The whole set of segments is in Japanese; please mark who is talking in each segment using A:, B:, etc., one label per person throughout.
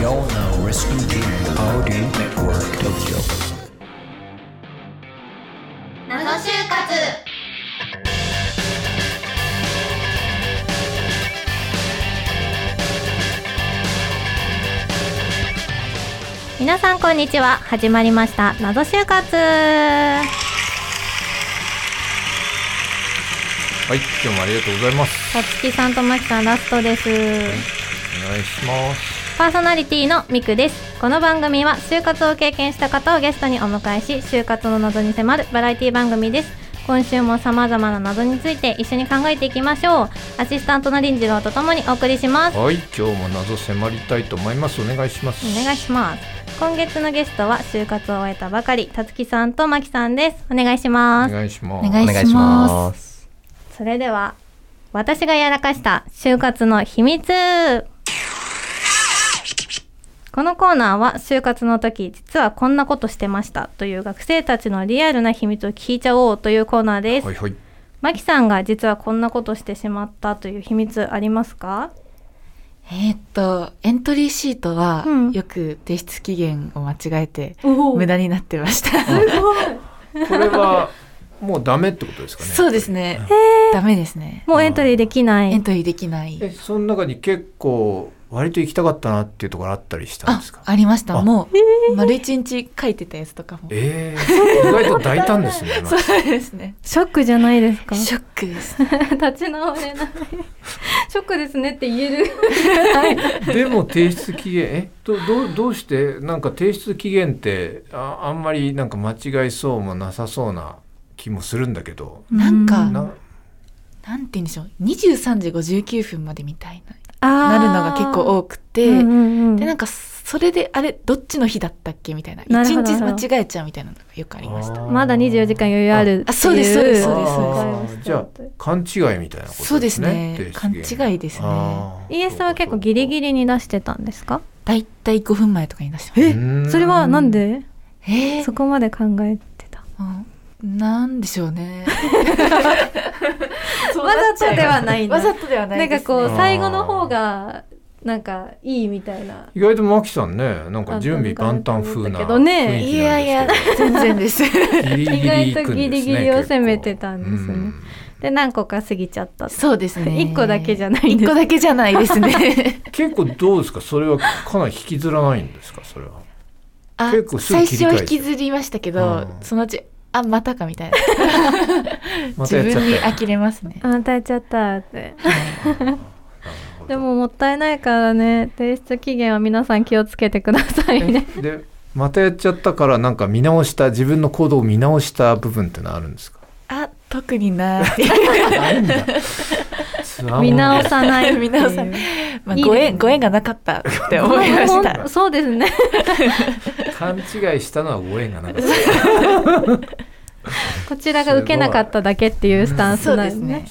A: You're now listening to Audio Network Tokyo.
B: 謎就活
C: 皆さんこんにちは始まりました謎就活
D: はい、今日もありがとうございます。
C: さつきさんとまきさんラストです
D: お願いします。
C: パーソナリティのみくですこの番組は就活を経験した方をゲストにお迎えし就活の謎に迫るバラエティ番組です今週も様々な謎について一緒に考えていきましょうアシスタントの林次郎とともにお送りします
D: はい、今日も謎迫りたいと思います。お願いします。
C: お願いします今月のゲストは就活を終えたばかりたつきさんとまきさんですお願いし
D: お
C: ます
D: 願いしま
E: お
D: す。
C: Oh
E: 願いします。
C: それでは私がやらかした就活の秘密このコーナーは就活の時実はこんなことしてましたという学生たちのリアルな秘密を聞いちゃおうというコーナーです、
D: はいはい。
C: マキさんが実はこんなことしてしまったという秘密ありますか
E: えーっと、エントリーシートは、
C: うん
E: よく提出期限を間違えて、
C: お
E: 無駄になってました。
D: これは、もうダメってことですかね。
E: そうですね。ダメですね。
C: もうエントリーできな
E: エン
C: い
E: トリーできない。
D: え、その中に結構、割と行きたかったなっていうところあったりしたん
E: あ
D: ですか、
E: ありました。
D: あ
E: もう、丸一日書いてたやつとかも。
D: ええ意外と大胆ですね。
E: そうですね。
C: ショックじゃないですか
E: ショックです。
C: 立ち直れないショックですねって言える
D: でも提出期限、えどどうどうして、なんか提出期限ってあ、あんまりなんか間違いそうもなさそうな気もするんだけど、
E: なんか
C: う
D: な
E: なんて言うんでしょう。23時59分までみたいな、
C: あ
E: な
C: ー
E: るのが結構多くて、
C: うんうんうん
E: で、なんか、それで、あれ、どっちの日だったっけみたいな。一
C: なるほど
E: 日間違えちゃうみたいなのがよくありました。
C: まだ24時間余裕あるっていう
E: あそうですそうですそうです
D: あーじゃあ勘違いみたいなことですね。
E: そうですね
D: 提出期限
E: 勘違いですね
D: あー
C: ES は結構ギリギリに出してたんですか
E: だいたい5分前とかに出してます。
C: え
D: うーん
C: それはなんで
E: えー
C: そこまで考えてた
E: うんなんでしょう ね。
C: わざとではないんだ
E: わざとではないです、ね。
D: う最後の方
C: がなんかいいみたいな
D: 意外とマキさんねなんか準備万端風
C: あ
D: な
C: なんかね
D: 雰囲
E: い
D: 気な
E: や
D: ん
E: いや
D: ですけ、
E: 全然です。
D: どギリギリ行くんですね
C: 意外とギリギリを攻めてたんですね
D: 結構うん
C: で何個か過ぎちゃった
E: そうですね。
C: 一個だけじゃないんです
E: 一個だけじゃないですね。
D: 結構どうですかそれはかなり引きずらないんですかそれは。
E: あ
D: 結構すぐ
E: 最
D: 切り替えち
E: 初
D: ゃう
E: は引きずりましたけど、
D: うん
E: そのうち、あ、またかみたいな。
D: また
E: 自
D: やっちゃっ
E: 分
D: た
E: に
D: よ
E: 呆れますね。
C: あ与えちゃったって
D: なるほど
C: でももったいないからね提出期限は皆さん気をつけてください ね
D: えでまたやっちゃったからなんか見直した自分の行動を見直した部分ってのはあるんですか。
E: あ、特にない。
D: ないんだ。つわもの
C: 見直さないっていう
E: 見直さない まあ、
C: いいですね
E: ご縁、ご縁がなかったって思いま した。
C: そうですね
D: 勘違いしたのはご縁がなかった。
C: こちらが受けなかっただけっていうスタンス
E: そう
C: な
E: で
C: ん
E: す
C: す
E: ね
C: ね。。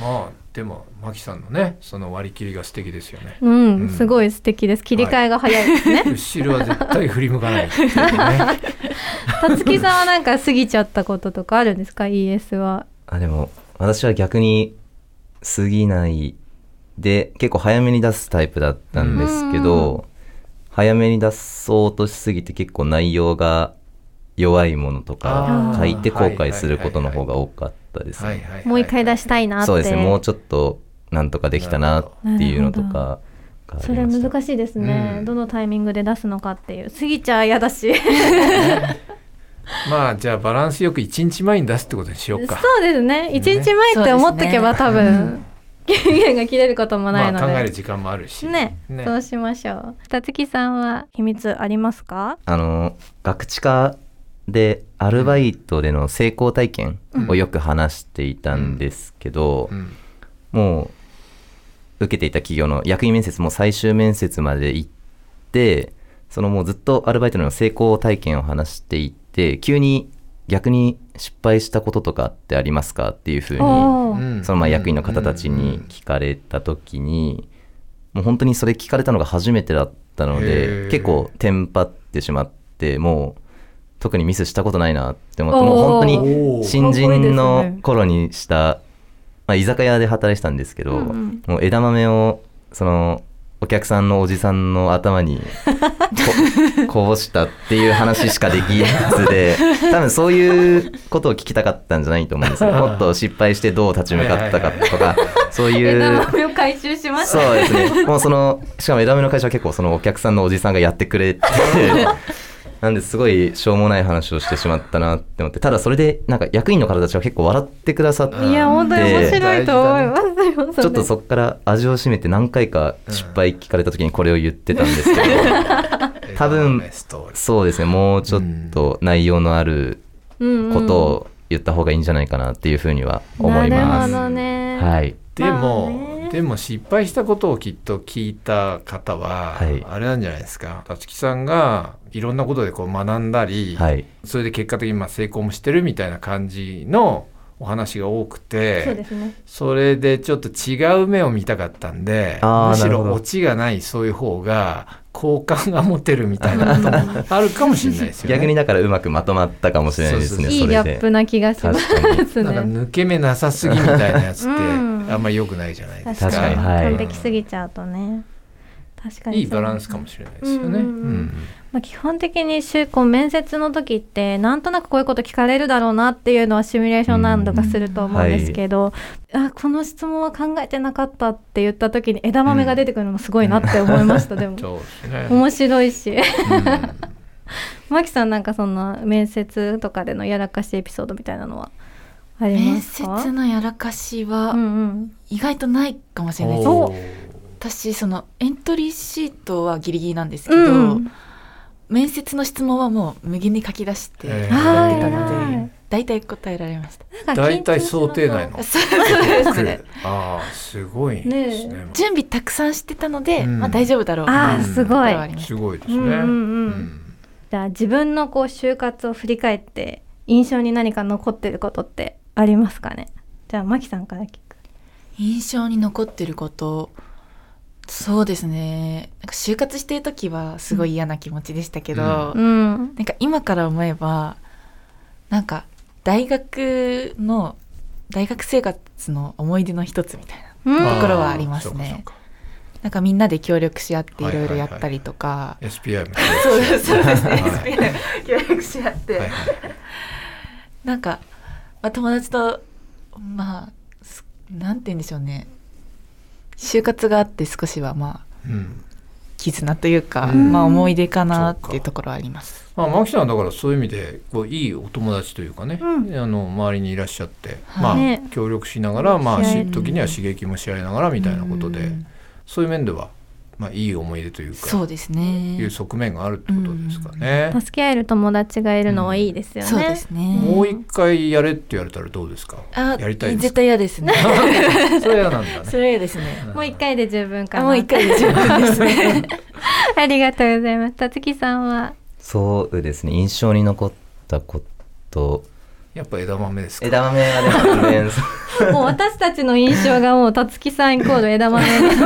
D: まあでもマキさんのねその割り切りが素敵ですよね。
C: うん、
D: うん
C: すごい素敵です。切り替えが早いですね。
D: 後ろは絶対振り向かな いっていうね。
C: たつきさんはなんか過ぎちゃったこととかあるんですか ?ES は。
F: あ、でも、私は逆に、過ぎないで、結構早めに出すタイプだったんですけど、早めに出そうとしすぎて結構内容が弱いものと
D: あー
F: か書いて後悔することの方が多かったです
D: はい
F: ね。
D: はい。
C: もう一回出したいなって。
F: そうですね、もうちょっとなんとかできたなっていうのとかがありました
C: それ難しいですね、
D: うん
C: どのタイミングで出すのかっていう。過ぎちゃ嫌だ し。
D: まあじゃあバランスよく一日前に出すってことにしようか。
C: そうですね。一日前って思っとけば、多分、 期限が切れることもない
D: まあ
C: の
D: 考
C: で。
D: える時間もあるし。
C: ねそうしましょう。たつきさんは秘密ありますか
F: あの学知科でアルバイトでの成功体験をよく話していたんですけど、
D: うん
F: もう受けていた企業の役員面接も最終面接まで行ってそのもうずっとアルバイトの成功体験を話していて急に逆に失敗したこととかってありますかっていうふうに
C: おお、
D: うん
F: そのまあ役員の方たちに聞かれた時に、もう本当にそれ聞かれたのが初めてだった
D: へ
F: の
D: ー
F: で結構テンパってしまってもう特にミスしたことないなって思って
C: おー
F: もう本当に
D: おー
F: 新人
C: かっこいいです
F: の
C: ね
F: 頃にした、まあ、居酒屋で働いてたんですけど、
C: うんうん
F: もう枝豆をそのお客さんのおじさんの頭にこ こぼしたっていう話しかできずで多分そういうことを聞きたかったんじゃないと思うん ですよもっと失敗してどう立ち向かったかとかそういう
C: 枝豆を回収しました
F: そうですね。もうその、しかも枝豆の会社は結構そのお客さんのおじさんがやって くれて、なんですごいしょうもない話をしてしまったなって思って、ただそれでなんか役員の方たちは結構笑ってくださっ て、
C: いや本当に面白いと思いますよ、それ
F: ちょっとそこから味を占めて何回か失敗聞かれた時にこれを言ってたんですけど、多分
D: ストーリー
F: そうですね、もうちょっと内容のある
C: うんうん
F: ことを言った方がいいんじゃないかなっていうふうには思いま
C: な
F: す。
C: るほどね、
F: はい。
D: でも、
C: まあね
D: でも失敗したことをきっと聞いた方は、
F: はい
D: あれなんじゃないですか立木さんがいろんなことでこう学んだり、
F: はい。
D: それで結果的にまあ成功もしてるみたいな感じのお話が多くて
C: そうですね
D: それでちょっと違う目を見たかったんで
F: あー
D: むし
F: なる
D: ろ
F: ほど
D: オチがないそういう方が好感が持てるみたいなこと もあるかもしれないですよね。
F: 逆にだからうまくまとまったかもしれないですね。
D: そう
C: い
F: そ
C: い
F: れ
C: ギャ
F: で
C: ップな気がします
F: 確かに
C: ね
D: なんか抜け目なさすぎみたいなやつって
C: うん
D: あんまり良くないじゃないですか。
F: 確かにはい
C: 完璧すぎちゃうとね確かに
D: いいバランスかもしれないですよね。
C: うんうんうん
D: うん
C: まあ、基本的に就こう面接の時ってなんとなくこういうこと聞かれるだろうなっていうのはシミュレーション何度かすると思うんですけど、あこの質問は考えてなかったって言った時に枝豆が出てくるのもすごいなって思いました、でも
D: そうですね。
C: 面白いし
D: うん
C: マキさんなんかそんな面接とかでのやらかしエピソードみたいなのはありま
E: 面
C: す
E: 接
C: か
E: のやらかし
C: う
E: は
C: んうん
E: 意外とないかもしれないです、
D: おー
E: 私そのエントリーシートはギリギリなんですけ
C: うん
E: ど、
C: うん
E: 面接の質問はもう無限に書き出して
D: えー
E: やってた
C: は
E: の
C: い
E: で、
C: はい
E: 大体答えられまし
C: な
E: た
C: んか緊張し
D: 大体想定内の。
E: そうで すね
D: ああすごいですね。
E: 準備たくさんしてたので、
D: うん
E: まあ大丈夫だろう
C: あ
D: う
C: あ
D: ん
C: す
E: ところ
C: ごい、
E: はあります
D: すごいですね。
C: うんうんうん
D: うん
C: じゃあ自分のこう就活を振り返って印象に何か残ってることってありますかねじゃあマキさんから聞く
E: 印象に残ってることそうですねなんか就活してる時はすごい嫌な気持ちでしたけど、
D: う
C: うん
E: なんか今から思えばなんか大学の大学生活の思い出の一つみたいな
C: うん
E: ところはありますね
D: ああそうかそうか
E: なんかみんなで協力し合って
D: はいいはい
E: ろ
D: はい
E: いろやったりとか、
D: SPI も
E: そうですそうですね
D: はい
E: SPI 協力し合って、
D: はいはい
E: なんか、まあ、友達とまあすなんて言うんでしょうね就活があって少しはまあ
D: うん
E: 絆というか、
D: うん
E: まあ思い出かなっ
D: そうか
E: ていうところはあります。
D: まあ、マキさんはだからそういう意味でこういいお友達というかね、
C: うん
D: あの周りにいらっしゃって、
E: はい
D: まあ
C: ね
D: 協力しながら、まあ、
C: し合い
D: し時には刺激もし合いながらみたいなことで、
E: うん
D: そういう面では、まあ、いい思い出というか
E: そうです
D: い
E: ね
D: う。側面があるってことですかね。
C: 助け合える友達がいるのはいいですよね、
E: そうですね。
D: もう一回やれって言われたらどうですか
E: あ
D: やりたいです
E: 絶
D: か
E: 対嫌ですね。
D: それは嫌なんだ ね。
E: それは嫌ですね。
C: もう一回で十分かな
E: あもう一回で十分ですね。
C: ありがとうございますたつきさんは
F: そうですね印象に残ったこと
D: やっぱ枝豆ですか
F: 枝豆はでも全 然
C: もう私たちの印象がもうたつきさんイコール枝 豆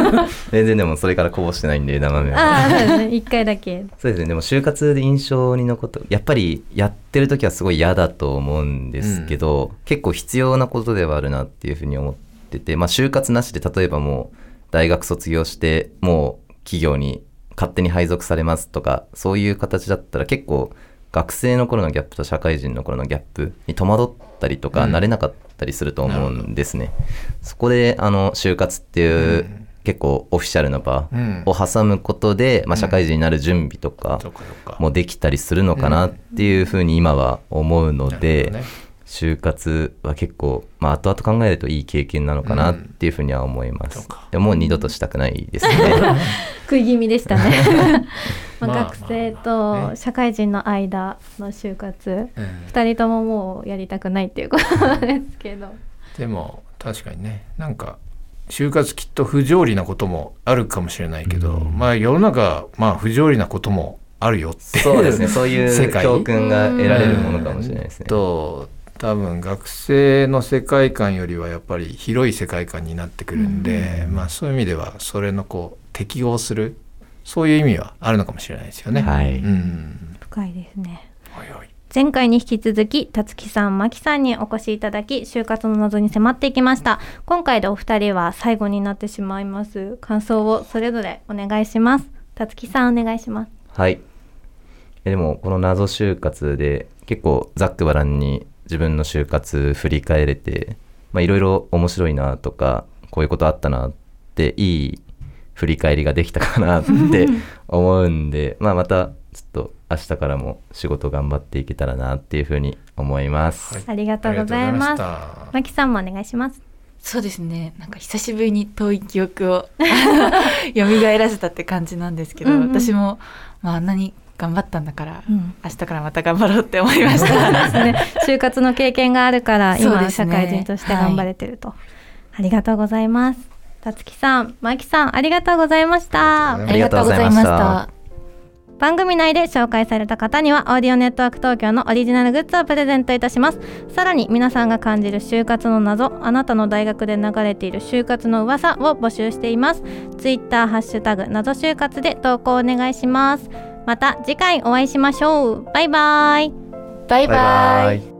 F: 全然でもそれからこぼしてないんで枝豆は
C: ああそうですね一回だけ
F: そうですねでも就活で印象に残ったやっぱりやってる時はすごい嫌だと思うんですけど、結構必要なことではあるなっていうふうに思っててまあ就活なしで例えばもう大学卒業してもう企業に勝手に配属されますとかそういう形だったら結構学生の頃のギャップと社会人の頃のギャップに戸惑ったりとか、
D: うん
F: 慣れなかったりすると思う
D: なるほ
F: んですね。そこであの就活ってい
D: う
F: う、
D: ん
F: 結構オフィシャルな場
D: うん
F: を挟むことで、まあ、社会人になる準備とか
D: そうかそうか。
F: もできたりするのかなっていうふうに今は思うの
D: なるほど
F: で、
D: ね
F: 就活は結構、まあ、後々考えるといい経験なのかなっていうふうには思いま
D: うん
F: す
D: そうか。
F: でももう二度としたくないで すね。
C: 食い気味でしたねまあ
D: まあ
C: 学生
D: まあまあ
C: と
D: ね
C: 社会人の間の就活
D: うん
C: 二人とももうやりたくないっていうことなんですけど
D: でも確かにねなんか就活きっと不条理なこともあるかもしれないけど、まあ世の中まあ不条理なこともあるよっていう
F: そうですね、そうい
D: 世
F: う
D: 界
F: 教訓が得られるものかもしれないです
D: う
F: ね
D: ん。と多分学生の世界観よりはやっぱり広い世界観になってくるんで、まあそういう意味ではそれのこう適応するそういう意味はあるのかもしれないですよね。
F: はい
D: うん、
C: 深いですね
D: おいおい
C: 前回に引き続き、たつきさん、まきさんにお越しいただき、就活の謎に迫っていきました。今回でお二人は最後になってしまいます。感想をそれぞれお願いします。たつきさん、お願いします。
F: はい。えでも、この謎就活で、結構ざっくばらんに自分の就活振り返れて、まあ、いろいろ面白いなとか、こういうことあったなって、いい振り返りができたかなって思うんで、 まあ、また、ちょっと明日からも仕事頑張っていけたらなっていうふうに思います。
D: はい
C: ありがとうござい
D: ありがとうございま
C: ま
D: し
C: す。
D: た
C: まきさんもお願いします。
E: そうですねなんか久しぶりに遠い記憶を 蘇らせたって感じなんですけど、
C: うんうん
E: 私も、まあ、あんなに頑張ったんだから、
C: うん
E: 明日からまた頑張ろうって思いました。
C: で すね。就活の経験があるから、
E: そう
C: 今、
E: です
C: 社
E: ね
C: 会人として頑張れてると。ありがとうございます。たつきさん、まきさん、ありがとうございました。
F: ありがとうございました。
C: 番組内で紹介された方にはオーディオネットワーク東京のオリジナルグッズをプレゼントいたしますさらに皆さんが感じる就活の謎あなたの大学で流れている就活の噂を募集していますツイッターハッシュタグ謎就活で投稿お願いしますまた次回お会いしましょうバイバイ
E: バイバイ
F: イ。